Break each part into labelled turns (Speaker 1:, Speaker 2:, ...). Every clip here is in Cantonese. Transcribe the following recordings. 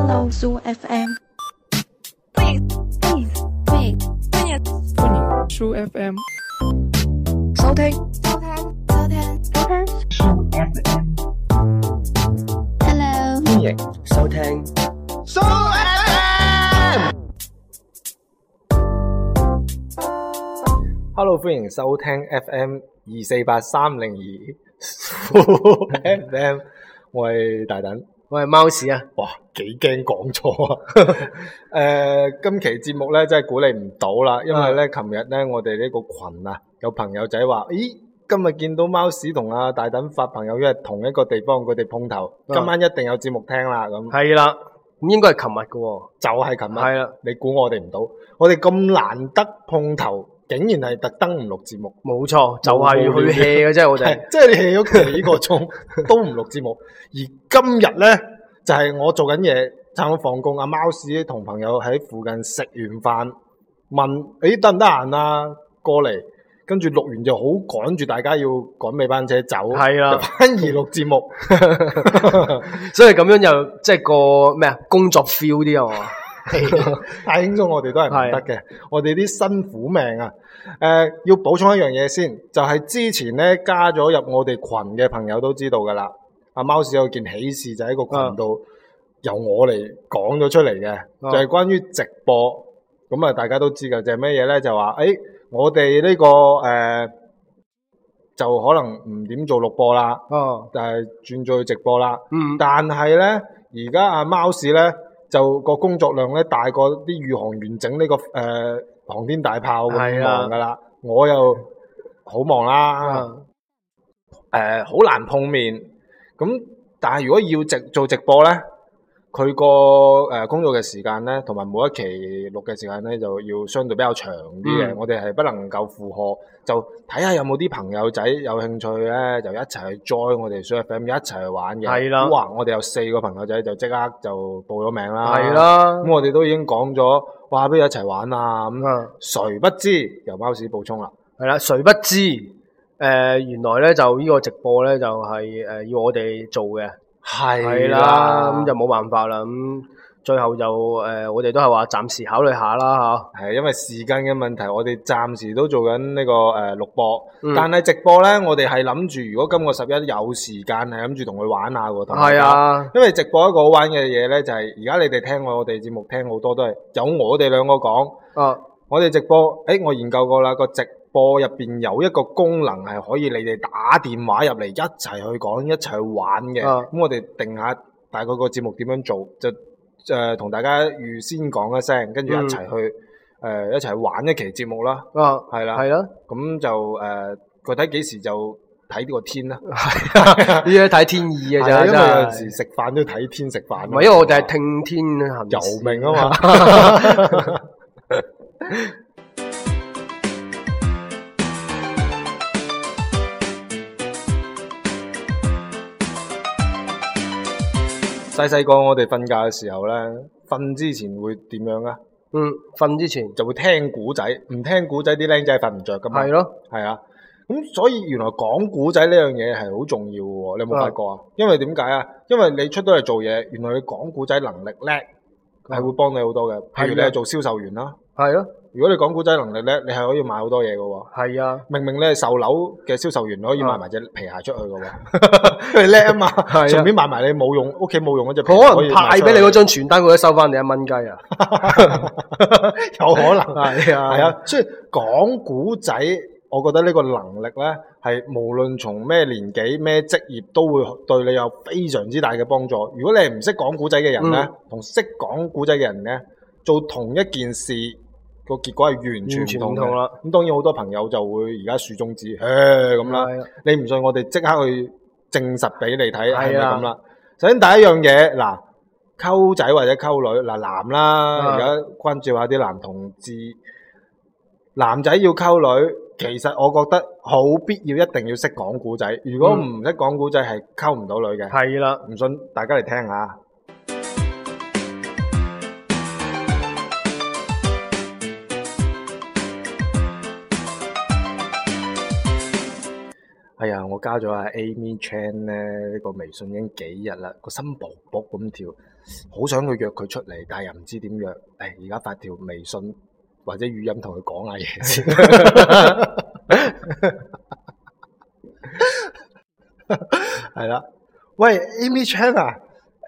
Speaker 1: FM。
Speaker 2: 书 FM。
Speaker 3: 收聽
Speaker 4: 歡迎收聽。Hello，歡迎收聽 FM 二四八三零二 FM，我係大等。
Speaker 5: 我係貓屎啊！
Speaker 4: 哇，幾驚講錯啊！ 誒、今期節目咧真係估你唔到啦，因為咧，琴日咧我哋呢個群啊，有朋友仔話：咦，今日見到貓屎同阿大等發朋友圈係同一個地方，佢哋碰頭，
Speaker 5: 嗯
Speaker 4: 今晚一定有節目聽啦咁。
Speaker 5: 係啦，咁應該係琴日嘅喎。
Speaker 4: 就係琴日，
Speaker 5: 係啦，
Speaker 4: 你估我哋唔到，我哋咁難得碰頭，竟然係特登唔錄節目，
Speaker 5: 冇錯，就係
Speaker 4: 無聊
Speaker 5: 去 hea 嘅啫，我哋。
Speaker 4: 係即係你 hea 咗幾個鐘都唔錄節目， 而今日咧就係、我做緊嘢，趁我放工，阿貓屎同朋友喺附近食完飯，問誒得唔得閒啊，過嚟。跟住錄完就好趕住大家要趕尾班車走，
Speaker 5: 係啦
Speaker 4: 就反而錄節目，
Speaker 5: 所以咁樣又即係個咩啊，工作 feel 啲 啊嘛。
Speaker 4: 太輕鬆我哋都係唔得嘅，我哋啲辛苦命啊！誒、要補充一樣嘢先，就係、之前咧加咗入我哋群嘅朋友都知道噶啦。阿貓屎有件喜事就喺個群度由我嚟講咗出嚟嘅，
Speaker 5: 啊
Speaker 4: 就係關於直播。咁啊，大家都知嘅就係咩嘢咧？就話誒、欸我哋呢、個誒、就可能唔點做錄播啦，
Speaker 5: 哦，
Speaker 4: 但係轉咗去直播啦。
Speaker 5: 嗯，
Speaker 4: 但係咧，而家阿貓屎咧就個工作量咧大過啲宇航員整呢、個誒、呃航天大炮咁
Speaker 5: 係啊
Speaker 4: 忙噶啦，我又好忙啦，誒好、
Speaker 5: 嗯
Speaker 4: 呃難碰面。咁但係如果要直做直播咧，佢個誒工作嘅時間咧，同埋每一期錄嘅時間咧，就要相對比較長啲嘅。
Speaker 5: 嗯
Speaker 4: 我哋係不能夠負荷，就睇下有冇啲朋友仔有興趣咧，就一齊去 join 我哋 s u FM 一齊去玩嘅。
Speaker 5: 係啦
Speaker 4: 哇！我哋有四個朋友仔就即刻就報咗名啦。
Speaker 5: 係。啦。
Speaker 4: 咁我哋都已經講咗，哇！不如一齊玩啊！咁
Speaker 5: 嗯，
Speaker 4: 誰不知由貓屎補充啦。
Speaker 5: 係啦，誰不知誒、原來咧就呢個直播咧就係、誒要我哋做嘅。
Speaker 4: 係
Speaker 5: 係啦，咁就冇辦法啦。咁最後就誒、我哋都係話暫時考慮下啦嚇。
Speaker 4: 係啊因為時間嘅問題，我哋暫時都做緊呢個誒錄播，
Speaker 5: 嗯
Speaker 4: 但係直播呢，我哋係諗住如果今個十一有時間，係諗住同佢玩下喎。同大
Speaker 5: 係
Speaker 4: 家，
Speaker 5: 啊，
Speaker 4: 因為直播一個好玩嘅嘢呢，就係而家你哋聽我哋節目聽好多都係有我哋兩個講，
Speaker 5: 啊
Speaker 4: 我哋直播，誒我研究過啦，個直播入邊有一個功能係可以你哋打電話入嚟一齊去講，一齊去玩嘅。咁、
Speaker 5: 啊
Speaker 4: 我哋定下大概個節目點樣做，就誒同、大家預先講一聲，跟住
Speaker 5: 嗯
Speaker 4: 一齊去誒、呃一齊去玩一期節目啦。
Speaker 5: 啊，
Speaker 4: 係啦，
Speaker 5: 係啦，
Speaker 4: 咁就誒、呃具體幾時就睇個天啦。
Speaker 5: 呢啲睇天意嘅
Speaker 4: 係
Speaker 5: 咋，
Speaker 4: 啊因
Speaker 5: 啊真
Speaker 4: 為有陣
Speaker 5: 係
Speaker 4: 時。食飯都要睇天食飯。啊
Speaker 5: 唔係，因為我哋係聽天行
Speaker 4: 遊
Speaker 5: 事
Speaker 4: 命啊嘛。 細細個我哋瞓覺嘅時候咧，瞓之前會點樣啊？
Speaker 5: 嗯，瞓之前
Speaker 4: 就會聽古仔，唔聽古仔啲僆仔係瞓唔着噶嘛。
Speaker 5: 係，咯，
Speaker 4: 係啊。咁所以原來講古仔呢樣嘢係好重要嘅喎，你有冇發覺啊？因為點解啊？因為你出到嚟做嘢，原來你講古仔能力叻，係會幫你好多嘅。譬如你係做銷售員啦，
Speaker 5: 係咯，
Speaker 4: 如果你講古仔能力叻，你係可以賣好多嘢嘅喎。
Speaker 5: 係啊，
Speaker 4: 明明你係售樓嘅銷售員，你可以
Speaker 5: 啊
Speaker 4: 賣埋只皮鞋出去 嘅喎，佢叻啊 嘛，
Speaker 5: 啊
Speaker 4: 順便賣埋你冇用屋企冇用嗰只皮鞋
Speaker 5: 佢可
Speaker 4: 可以
Speaker 5: 能
Speaker 4: 賣
Speaker 5: 派
Speaker 4: 出去，
Speaker 5: 俾你嗰張傳單，佢都收翻你一蚊雞啊，
Speaker 4: 有可能
Speaker 5: 係 啊
Speaker 4: 係啊，所以講古仔，我覺得呢個能力呢，係無論從咩年紀、咩職業，都會對你有非常之大嘅幫助。如果你係唔識講古仔嘅人
Speaker 5: 嗯
Speaker 4: 呢，同識講古仔嘅人呢，做同一件事。個結果係完全
Speaker 5: 完
Speaker 4: 唔
Speaker 5: 全
Speaker 4: 同
Speaker 5: 唔
Speaker 4: 嘅
Speaker 5: 同啦。
Speaker 4: 咁當然好多朋友就會而家豎中指，誒咁啦。
Speaker 5: 係啊
Speaker 4: 你唔信，我哋即刻去證實俾你睇，係咪
Speaker 5: 係啊
Speaker 4: 咁啦？首先第一樣嘢，嗱，溝仔或者溝女，嗱男啦，
Speaker 5: 啊
Speaker 4: 而家關注下啲男同志，男仔要溝女，其實我覺得好必要，一定要識講古仔。如果唔識講古仔，係溝唔到女嘅。
Speaker 5: 係啦，
Speaker 4: 唔信，大家嚟聽下。哎呀，我加咗阿 à, Amy Chan à, 咧呢個微信已經幾日啦，個心卜卜咁跳，好想佢約佢出嚟，但係又唔知點約。誒，而家發條微信或者語音同佢講下嘢 先。係啦，喂，Amy Chan 啊，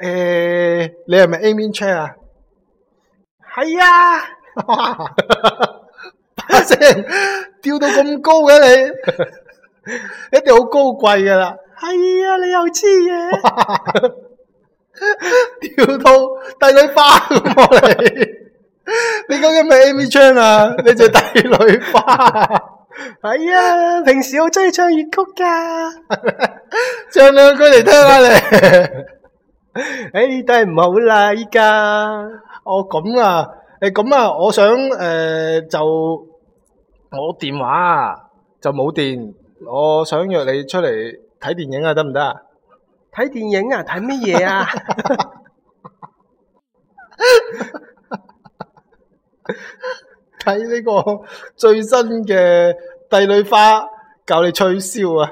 Speaker 4: 誒、你係咪 Amy Chan 啊？係啊， 哇，把聲吊到咁高嘅你。 一定好高貴噶啦。
Speaker 6: 哎
Speaker 4: 係啊，你又知 嘅，跳到帝女花咁喎你，你究竟係咪 Amy Chan 啊？你隻帝女花啊，
Speaker 6: 系啊，平時我中意唱粵曲噶，
Speaker 4: 唱兩句嚟聽下你。
Speaker 6: 诶、都係唔好啦，依家
Speaker 4: 哦，咁啊，誒咁啊，我想誒、呃就我電話啊就冇電，我想約你出嚟睇電影啊，得唔得啊？
Speaker 6: 睇電影啊，睇乜 嘢啊？
Speaker 4: 睇呢個最新嘅《帝女花》，教你吹簫 啊！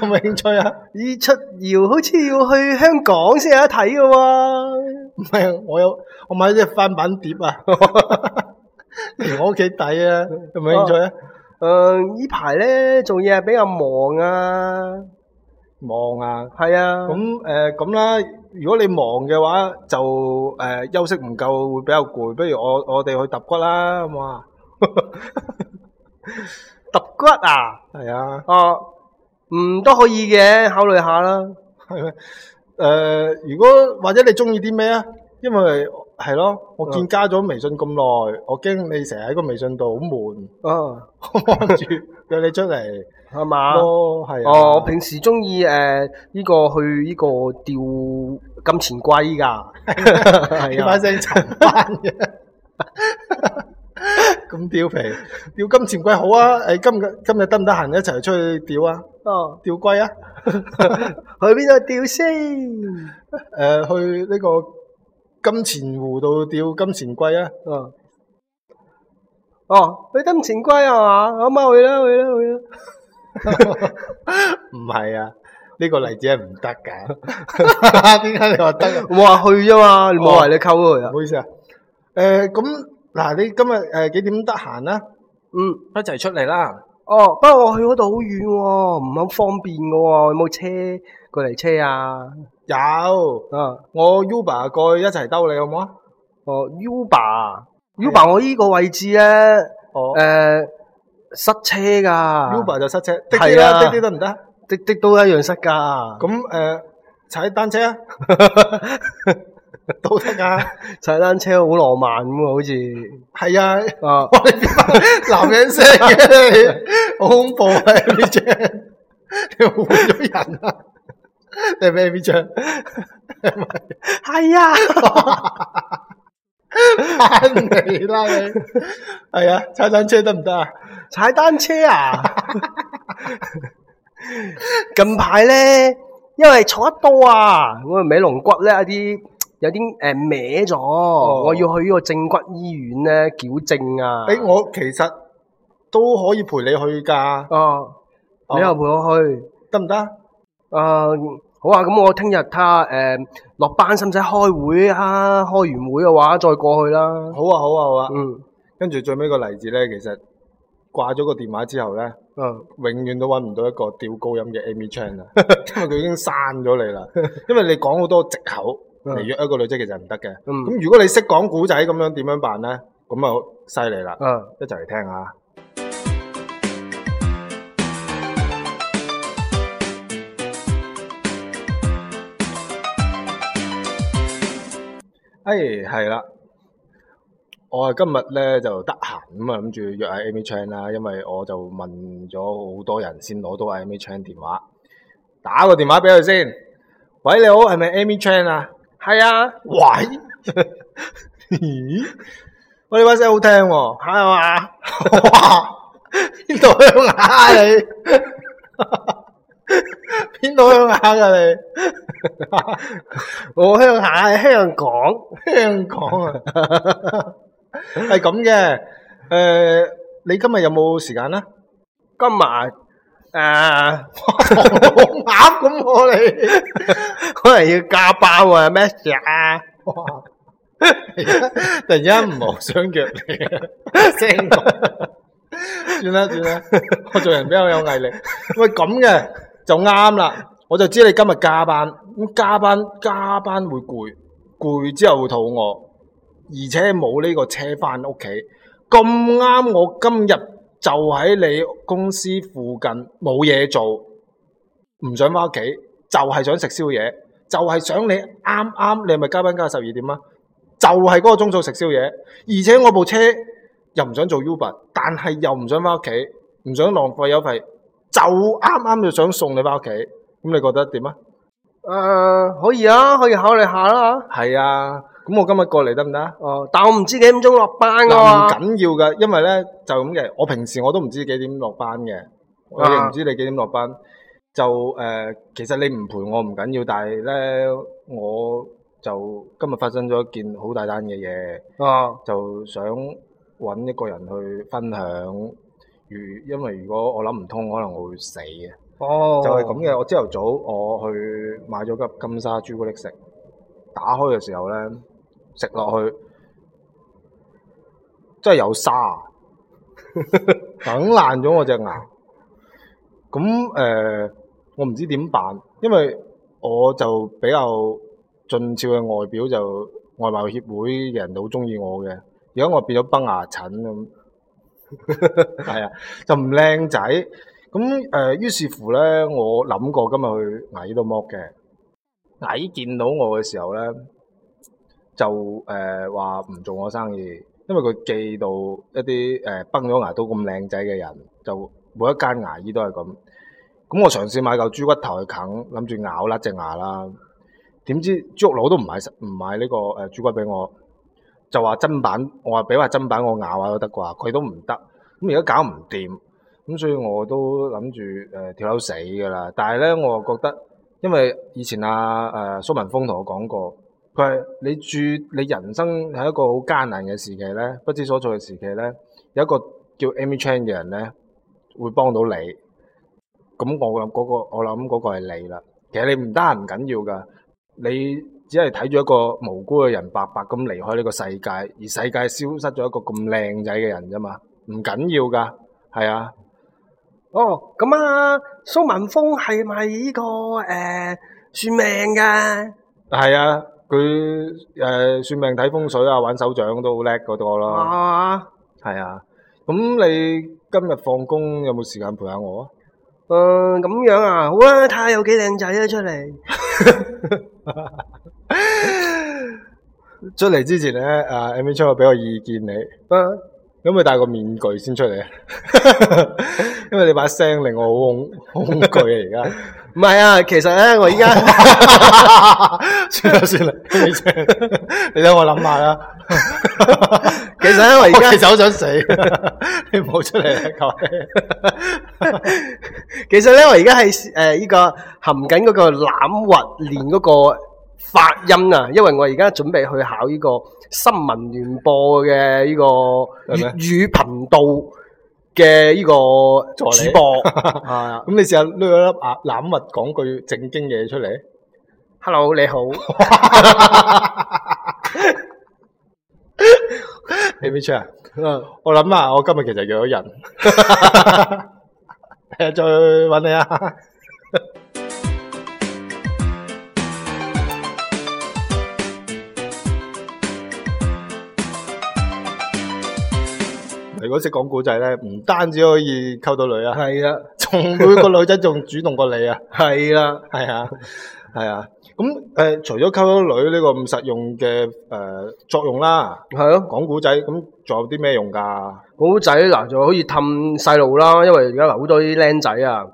Speaker 4: 有冇興趣啊？
Speaker 6: 依出搖好似要去香港先有得睇噶喎，
Speaker 4: 唔係，我有我買咗只翻版碟啊，嚟我屋企睇啊！有冇興趣啊？
Speaker 6: 诶，依排咧做嘢比較忙啊，
Speaker 4: 忙啊！
Speaker 6: 係啊，
Speaker 4: 咁誒咁啦，如果你忙嘅話，就誒、呃休息唔夠會比較攰，不如我我哋去揼骨啦，好唔好啊？
Speaker 6: 揼骨啊，
Speaker 4: 係啊，
Speaker 6: 哦，嗯都可以嘅，考慮下啦。
Speaker 4: 係咪？誒、如果或者你中意啲咩啊？因為係咯，我見加咗微信咁耐，我驚你成日喺個微信度好悶，
Speaker 6: 哦，
Speaker 4: 我諗住約你出嚟
Speaker 6: 係嘛？
Speaker 4: 咯，係啊。
Speaker 6: 哦，我平時中意誒呢個去呢個釣金錢龜㗎，
Speaker 4: 你
Speaker 6: 係
Speaker 4: 把
Speaker 6: 啊，
Speaker 4: 聲沉翻嘅，咁調皮，釣金錢龜好啊！誒，今日今日得唔得閒一齊出去釣啊？
Speaker 6: 哦，
Speaker 4: 釣龜啊！
Speaker 6: 去邊度釣先？
Speaker 4: 誒、去呢個金錢湖度釣金錢龜啊！
Speaker 6: 哦，哦，去金錢龜係嘛？咁啊，去啦，去啦，去啦。
Speaker 4: 唔係啊，呢、個例子係唔得㗎。點解你話得啊？
Speaker 6: 我話去啫嘛，你冇
Speaker 4: 哦
Speaker 6: 話你溝佢
Speaker 4: 唔
Speaker 6: 啊？
Speaker 4: 好意思啊。誒、咁嗱，你今日誒、幾點得閒啦？
Speaker 6: 嗯，
Speaker 4: 一齊出嚟啦！
Speaker 6: 哦，不過我去嗰度好遠喎，唔係好方便嘅喎，有冇車過嚟車啊？
Speaker 4: 有，
Speaker 6: 啊，
Speaker 4: 我 Uber 過去一齊兜你好唔好啊？
Speaker 6: 哦，Uber，Uber，我呢個位置咧，
Speaker 4: 哦、
Speaker 6: 誒塞車㗎
Speaker 4: u b e r 就塞車，滴滴啦，
Speaker 6: 係
Speaker 4: 滴
Speaker 6: 啊
Speaker 4: 滴得唔得？
Speaker 6: 滴滴都一樣識㗎，
Speaker 4: 咁誒、呃踩單車啊， 都得㗎。
Speaker 6: 踩單車好浪漫咁喎，好似
Speaker 4: 係啊。
Speaker 6: 啊，
Speaker 4: 我哋變翻男人聲嘅，你好恐怖啊！Amy 姐，你換咗人啊？你係咩 Amy 姐？
Speaker 6: 係啊，
Speaker 4: 翻嚟啦你！係啊，踩單車得唔得啊？
Speaker 6: 踩單車啊！近排咧，因為坐得多啊，我尾龍骨咧有啲有啲誒呃歪咗，
Speaker 4: 哦
Speaker 6: 我要去呢個正骨醫院咧矯正啊。
Speaker 4: 诶、我其實都可以陪你去㗎，
Speaker 6: 哦，你又陪我去
Speaker 4: 得唔得啊？
Speaker 6: 啊？好啊，咁我聽日睇下誒落班使唔使開會啊？開完會嘅話再過去啦。
Speaker 4: 好啊，好啊，好啊！
Speaker 6: 嗯
Speaker 4: 跟住最尾個例子咧，其實掛咗個電話之後咧，
Speaker 6: 嗯。
Speaker 4: 永遠都揾唔到一個吊高音嘅 Amy Chan 啊， 因為佢已經刪咗你啦。因為你講好多藉口嚟約一個女仔，其實唔得嘅。
Speaker 6: 嗯
Speaker 4: 咁如果你識講古仔咁樣點樣辦呢？咁啊犀利啦！
Speaker 6: 啊，
Speaker 4: 一齊嚟聽下。哎，係啦，我啊今日咧就得閒咁啊，諗住約阿 Amy Chan 啦，因為我就問咗好多人先攞到阿 Amy Chan 電話，打個電話俾佢先。喂，你好，係咪 Amy Chan 啊？
Speaker 6: 係啊，
Speaker 4: 喂， 咦？喂，你把聲好聽喎，係 嘛？哇！邊度鄉下啊你？ 邊度鄉下噶你？
Speaker 6: 我鄉下喺香港，
Speaker 4: 香港啊， 係咁嘅。诶、你今日有冇時間啊？
Speaker 6: 今日 诶、呃
Speaker 4: 好鴨咁喎你，
Speaker 6: 可能要加班啊咩事啊？
Speaker 4: 哇！突然間唔好想約你啊，聲講算啦算啦，我做人比較有毅力。喂，咁嘅就啱啦，我就知你今日加班，咁加班加班會攰，攰之後會肚餓，而且冇呢個車翻屋企。咁啱，我今日就喺你公司附近，冇嘢做，唔想翻屋企，就係想食宵夜，就係想你啱啱，你係咪加班加到十二點啊？就係嗰個鐘數食宵夜，而且我部車又唔想做 Uber，但係又唔想翻屋企，唔想浪費油費，就啱啱就想送你翻屋企，咁你覺得點啊？
Speaker 6: 诶、可以啊，可以考慮下啦。
Speaker 4: 係啊，咁我今日過嚟得唔得啊？
Speaker 6: 哦，但我唔知幾點鐘落班噶
Speaker 4: 嗱唔
Speaker 6: 喎。
Speaker 4: 緊要噶，因為咧就咁嘅，我平時我都唔知幾點落班嘅，我亦唔知你幾點落班。就誒、呃其實你唔陪我唔緊要，但係咧我就今日發生咗一件好大單嘅嘢。
Speaker 6: 哦，
Speaker 4: 就想揾一個人去分享。如因為如果我諗唔通，可能我會死啊嘅。
Speaker 6: 哦，
Speaker 4: 就係咁。嘅。我朝頭早我去買咗粒金沙朱古力食，打開嘅時候咧，食落去真係有沙啊，整爛咗我隻牙。咁誒、呃我唔知點辦，因為我就比較俊俏嘅外表就外貌協會嘅人都好中意我嘅。而家我變咗崩牙疹咁，係啊，就唔靚仔。咁誒、呃，於是乎咧，我諗過今日去矮度剝嘅。矮見到我嘅時候咧，就誒話唔做我生意，因為佢記到一啲誒、呃崩咗牙都咁靚仔嘅人，就每一間牙醫都係咁。咁我嘗試買嚿豬骨頭去啃，諗住咬甩隻牙啦。點知豬肉佬都唔買唔買呢、個誒、呃豬骨俾我，就話砧板，我話俾話砧板我咬下都得啩，佢都唔得。咁而家搞唔掂。咁所以我都諗住誒跳樓死㗎啦。但係咧，我又覺得，因為以前啊誒、呃、蘇文峰同我講過，佢係你住你人生係一個好艱難嘅時期咧，不知所措嘅時期咧，有一個叫 Amy Chan 嘅人咧，會幫到你。咁我諗嗰、個，我諗嗰個係你啦。其實你唔得閒唔緊要㗎，你只係睇住一個無辜嘅人白白咁離開呢個世界，而世界消失咗一個咁靚仔嘅人啫嘛，唔緊要㗎，係啊。
Speaker 6: 哦，咁啊，蘇文峰係咪呢個诶、誒算命嘅？
Speaker 4: 係啊，佢誒、呃算命睇風水啊，玩手掌都好叻嗰個啦。
Speaker 6: 啊，
Speaker 4: 係啊，咁你今日放工有冇時間陪下我啊？
Speaker 6: 嗯，咁樣啊，好啊，睇下有幾靚仔啊出嚟。
Speaker 4: 出嚟之前咧，阿 Amy 出我俾個意見你，
Speaker 6: 嗯，
Speaker 4: 可唔可以戴個面具先出嚟啊？ 因為你把聲令我好恐恐懼啊！
Speaker 6: 唔係啊，其實咧，我依 家
Speaker 4: 而家算啦算啦，你聽你等我諗下啦。
Speaker 6: 其實咧，我而
Speaker 4: 我
Speaker 6: 家
Speaker 4: 其實好想死，你唔好出嚟啊啦，求你。
Speaker 6: 其實咧，我而家係誒呢個含緊嗰個攬核練嗰個發音啊，因為我而家準備去考呢個新聞聯播嘅呢個粵語頻道嘅呢個
Speaker 4: 助理
Speaker 6: 主 播，係啊
Speaker 4: 咁你試下攞一粒牙攬物講句正經嘢出嚟。
Speaker 6: ，Hello 你 好，
Speaker 4: 你邊出啊？我諗啊，我今日其實約咗 人，誒再揾你啊！如果識講古仔咧，唔單止可以溝到女啊，
Speaker 6: 係啦，
Speaker 4: 仲會個女仔仲主動過你啊！
Speaker 6: 係啦，
Speaker 4: 係啊，係啊。咁誒、呃除咗溝到女呢個咁實用嘅誒、呃作用啦，
Speaker 6: 係咯，
Speaker 4: 講古仔咁仲有啲咩用㗎？
Speaker 6: 好仔嗱就可以氹細路啦，因為而家好多啲僆仔啊，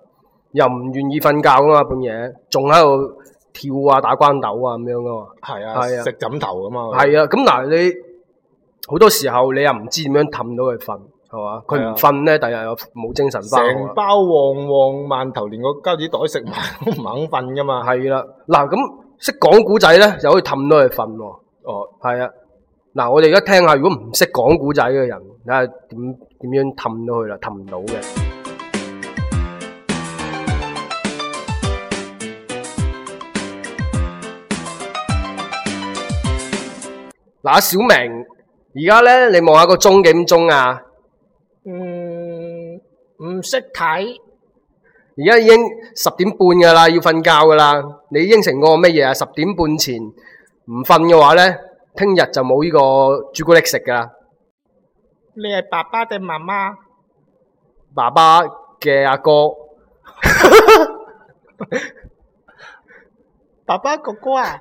Speaker 6: 又唔願意瞓覺啊嘛，半夜仲喺度跳啊、打關鬥啊咁樣噶嘛。
Speaker 4: 係
Speaker 6: 係
Speaker 4: 啊，
Speaker 6: 啊
Speaker 4: 食枕頭㗎嘛。
Speaker 6: 係啊，咁嗱，你好多時候你又唔知點樣氹到佢瞓，係嘛？佢
Speaker 4: 係啊
Speaker 6: 唔瞓咧，第日又冇精神翻學
Speaker 4: 成
Speaker 6: 啊。
Speaker 4: 包旺旺饅頭，連個膠紙袋食埋都唔肯瞓㗎嘛。
Speaker 6: 啊係啦，嗱咁識講古仔咧，又可以氹到佢瞓喎。
Speaker 4: 哦，
Speaker 6: 係啊，嗱，我哋而家聽下，如果唔識講古仔嘅人，睇下點點樣氹到佢啦，氹唔到嘅。
Speaker 5: 嗱，小明，而家咧你望下個鐘幾點鐘啊？
Speaker 4: 嗯，唔識睇，
Speaker 5: 而家已經十點半㗎啦，要瞓覺㗎啦。你應承過我乜嘢啊？十點半前唔瞓嘅話咧，聽日就冇呢個朱古力食㗎啦。
Speaker 4: 你係爸爸定媽媽？
Speaker 5: 爸爸嘅阿哥，
Speaker 4: 爸爸哥哥 啊，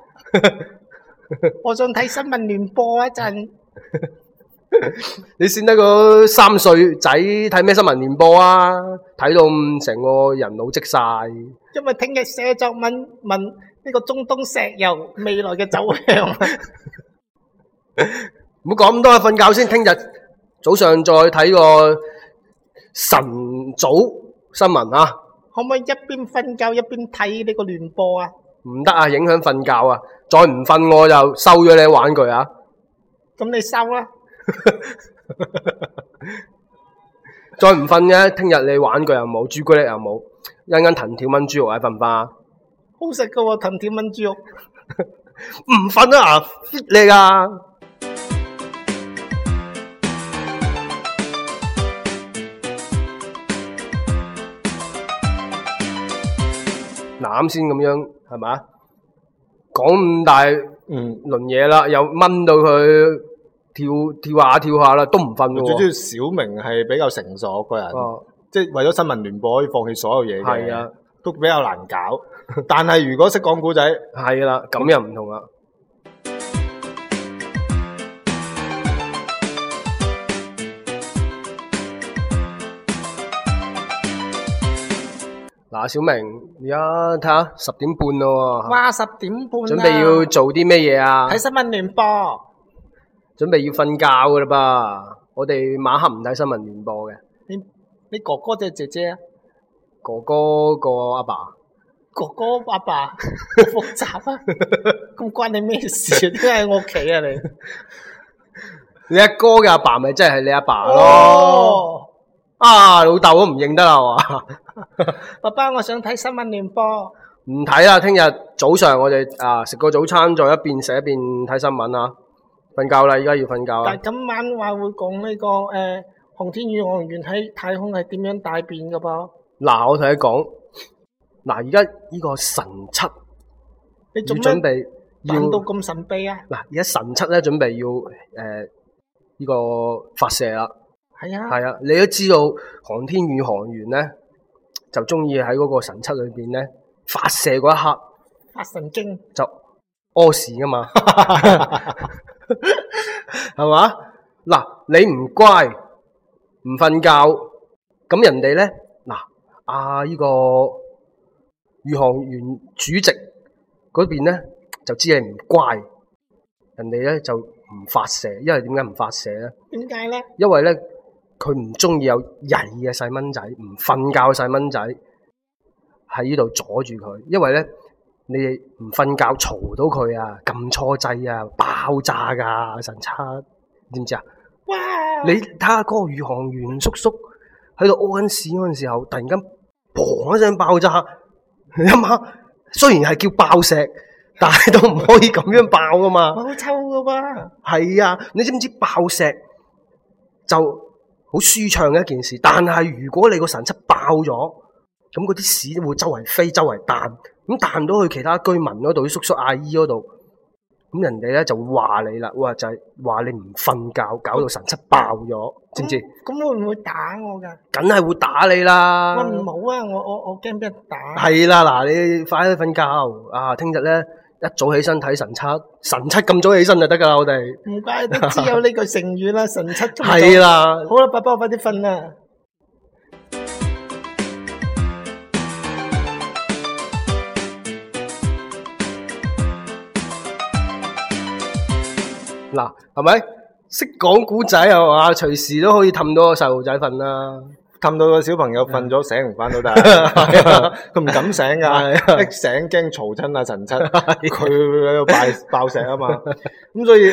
Speaker 4: 我想睇新聞聯播一陣。
Speaker 5: 你先得個三歲仔睇咩新聞聯播啊？睇到咁成個人腦積晒。
Speaker 4: 因為聽日寫作文問呢個中東石油未來嘅走向。
Speaker 5: 唔好講咁多啦，瞓覺先。聽日早上再睇個晨早新聞啊！
Speaker 4: 可唔可以一邊瞓覺一邊睇呢個聯播啊？
Speaker 5: 唔得啊，影響瞓覺啊！再唔瞓我就收咗你玩具啊！
Speaker 4: 咁你收啦，
Speaker 5: 再唔瞓嘅，聽日你玩具又冇，朱古力又冇，一陣間藤條炆豬肉啊，瞓唔瞓啊？
Speaker 4: 好食噶喎，藤條炆豬肉。
Speaker 5: 唔瞓啊，fit 你噶！嗱，啱先咁樣係咪啊？講咁大。
Speaker 4: 嗯，
Speaker 5: 輪嘢啦，又掹到佢跳跳下跳下啦，都唔瞓嘅
Speaker 4: 最主要
Speaker 5: 喎。
Speaker 4: 小明係比較成熟個人，
Speaker 5: 哦，
Speaker 4: 即係為咗新聞聯播可以放棄所有嘢嘅，
Speaker 5: 係啊，
Speaker 4: 都比較難搞。但係如果識講古仔，
Speaker 5: 係啦，咁又唔同啦。嗱，小明，而家睇下十點半咯喎，
Speaker 4: 哇十點半
Speaker 5: 啊
Speaker 4: 啊
Speaker 5: 準備要做啲咩嘢啊？
Speaker 4: 睇新聞聯播。
Speaker 5: 準備要瞓覺嘅啦噃，我哋晚黑唔睇新聞聯播嘅，
Speaker 4: 你你哥哥定係姐姐啊？
Speaker 5: 哥哥個阿爸。
Speaker 4: 哥哥阿 爸好複雜啊！咁關你咩事啊？點解喺我屋企啊你？
Speaker 5: 你阿哥嘅阿爸咪真係你阿爸
Speaker 4: 哦
Speaker 5: 咯？啊，老豆都唔認得啦，係嘛？
Speaker 4: 爸爸，我想睇新聞聯播。
Speaker 5: 唔睇啦，聽日早上我哋啊食個早餐，再一邊食一邊睇新聞啊。瞓覺啦，而家要瞓覺
Speaker 4: 但
Speaker 5: 啦。
Speaker 4: 係今晚話會講呢、個誒、呃航天宇航員喺太空係點樣大便噶噃？
Speaker 5: 嗱，我同你講，嗱，而家呢個神七
Speaker 4: 你做
Speaker 5: 要準
Speaker 4: 咩
Speaker 5: 備要
Speaker 4: 扮到
Speaker 5: 嗱，
Speaker 4: 咁神秘啊？
Speaker 5: 而家神七咧準備要誒呢個發射啦。
Speaker 4: 係啊，
Speaker 5: 係啊，你都知道航天宇航員咧就中意喺嗰個神七裏邊咧發射嗰一刻。
Speaker 4: 發神經。
Speaker 5: 就屙屎噶嘛， 係嘛？嗱，你唔乖，唔瞓覺，咁人哋咧嗱，啊依、個宇航員主席嗰邊咧就知你唔乖，人哋咧就唔發射，因為點解唔發射咧？
Speaker 4: 點解咧？
Speaker 5: 因為咧佢唔中意有曳嘅細蚊仔，唔瞓覺嘅細蚊仔喺呢度阻住佢，因為咧你哋唔瞓覺嘈到佢啊，撳錯掣啊，爆炸噶神七，知唔知啊？
Speaker 4: 哇！
Speaker 5: 你睇下嗰個宇航員叔叔喺度屙緊屎嗰陣時候，突然間砰一聲爆炸，你諗下，雖然係叫爆石，但係都唔可以咁樣爆噶嘛。
Speaker 4: 好臭噶喎！
Speaker 5: 係啊，你知唔知爆石就好舒暢嘅一件事？但係如果你個神七爆咗，咁嗰啲屎會周圍飛、周圍彈，咁彈到去其他居民嗰度、啲叔叔阿姨嗰度，咁人哋咧就會話你啦，哇就係、話你唔瞓覺，搞到神七爆咗，知唔知？
Speaker 4: 咁咁會唔會打我㗎？
Speaker 5: 梗係會打你啦。
Speaker 4: 我唔好啊！我我我驚俾人打。
Speaker 5: 係啦，嗱，你快啲瞓覺啊！聽日咧一早起身睇神七，神七咁早起身就得噶啦，我哋
Speaker 4: 唔怪得知有呢句成語啦，神七咁早
Speaker 5: 係啊啦。
Speaker 4: 好啦，爸爸，我快啲瞓啦。
Speaker 5: 嗱，係咪識講古仔係嘛？隨時都可以氹到個細路仔瞓啦。
Speaker 4: 氹到個小朋
Speaker 5: Dạ.
Speaker 4: 友瞓咗醒唔翻都得， 佢唔敢醒噶，
Speaker 5: 係啊
Speaker 4: 一醒驚嘈親阿 神七，佢喺度爆爆石啊嘛，咁所以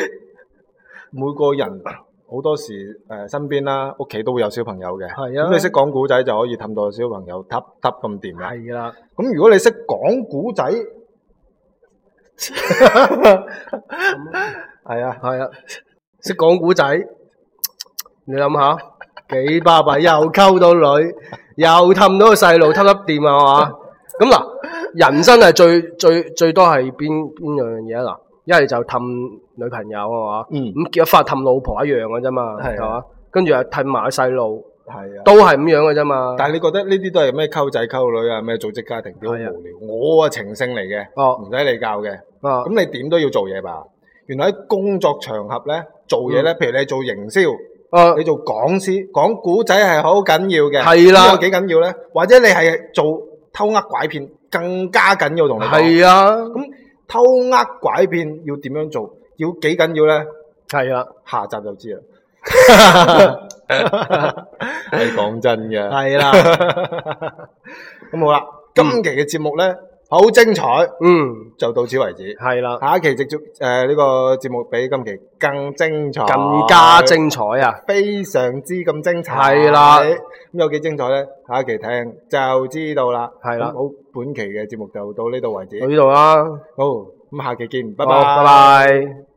Speaker 4: 每個人好多時誒身邊啦，屋企都會有小朋友嘅，
Speaker 5: 係啊
Speaker 4: 咁你識講古仔就可以氹到個小朋友揼揼咁掂啦。
Speaker 5: 係啦，
Speaker 4: 咁如果你識講古仔，係啊，
Speaker 5: 系啊，识讲古仔，你谂下几巴闭，又沟到女，又氹到个细路，氹得掂啊係嘛？咁嗱，人生系最最最多系边边样嘢啊？嗱，一系就氹女朋友啊嘛，
Speaker 4: 嗯，
Speaker 5: 咁结咗婚氹老婆一样嘅啫嘛，
Speaker 4: 係啊
Speaker 5: 系嘛？跟住又氹埋细路，
Speaker 4: 係啊。
Speaker 5: 都系咁样嘅啫嘛。
Speaker 4: 但係你覺得呢啲都係咩溝仔溝女啊，咩組織家庭啲
Speaker 5: 係啊
Speaker 4: 好無聊？我啊情聖嚟嘅，
Speaker 5: 哦
Speaker 4: 唔使你教嘅。
Speaker 5: 啊，
Speaker 4: 咁你點都要做嘢吧？原來喺工作場合咧做嘢咧，譬如你做營銷。
Speaker 5: 啊
Speaker 4: 你做講師講古仔係好緊要嘅，
Speaker 5: 係啦
Speaker 4: 呢個幾緊要咧？或者你係做偷呃拐騙更加緊要，同你講。
Speaker 5: 系啊，
Speaker 4: 咁偷呃拐騙要點樣做？要幾緊要咧？
Speaker 5: 系啦，
Speaker 4: 下集就知啦。 係講真嘅。
Speaker 5: 系啦，
Speaker 4: 咁好啦，今期嘅節目咧好精彩，
Speaker 5: 嗯，
Speaker 4: 就到此為止。
Speaker 5: 系啦，
Speaker 4: 下一期直接誒呢個節目比今期更精彩，
Speaker 5: 更加精彩啊！
Speaker 4: 非常之咁精彩，
Speaker 5: 係啦
Speaker 4: 咁有幾精彩呢？下一期聽就知道啦。
Speaker 5: 係啦
Speaker 4: 咁好，本期嘅節目就到呢度為止。
Speaker 5: 到呢度啦，
Speaker 4: 好，咁下期見，
Speaker 5: 拜
Speaker 4: 拜拜，
Speaker 5: 拜拜。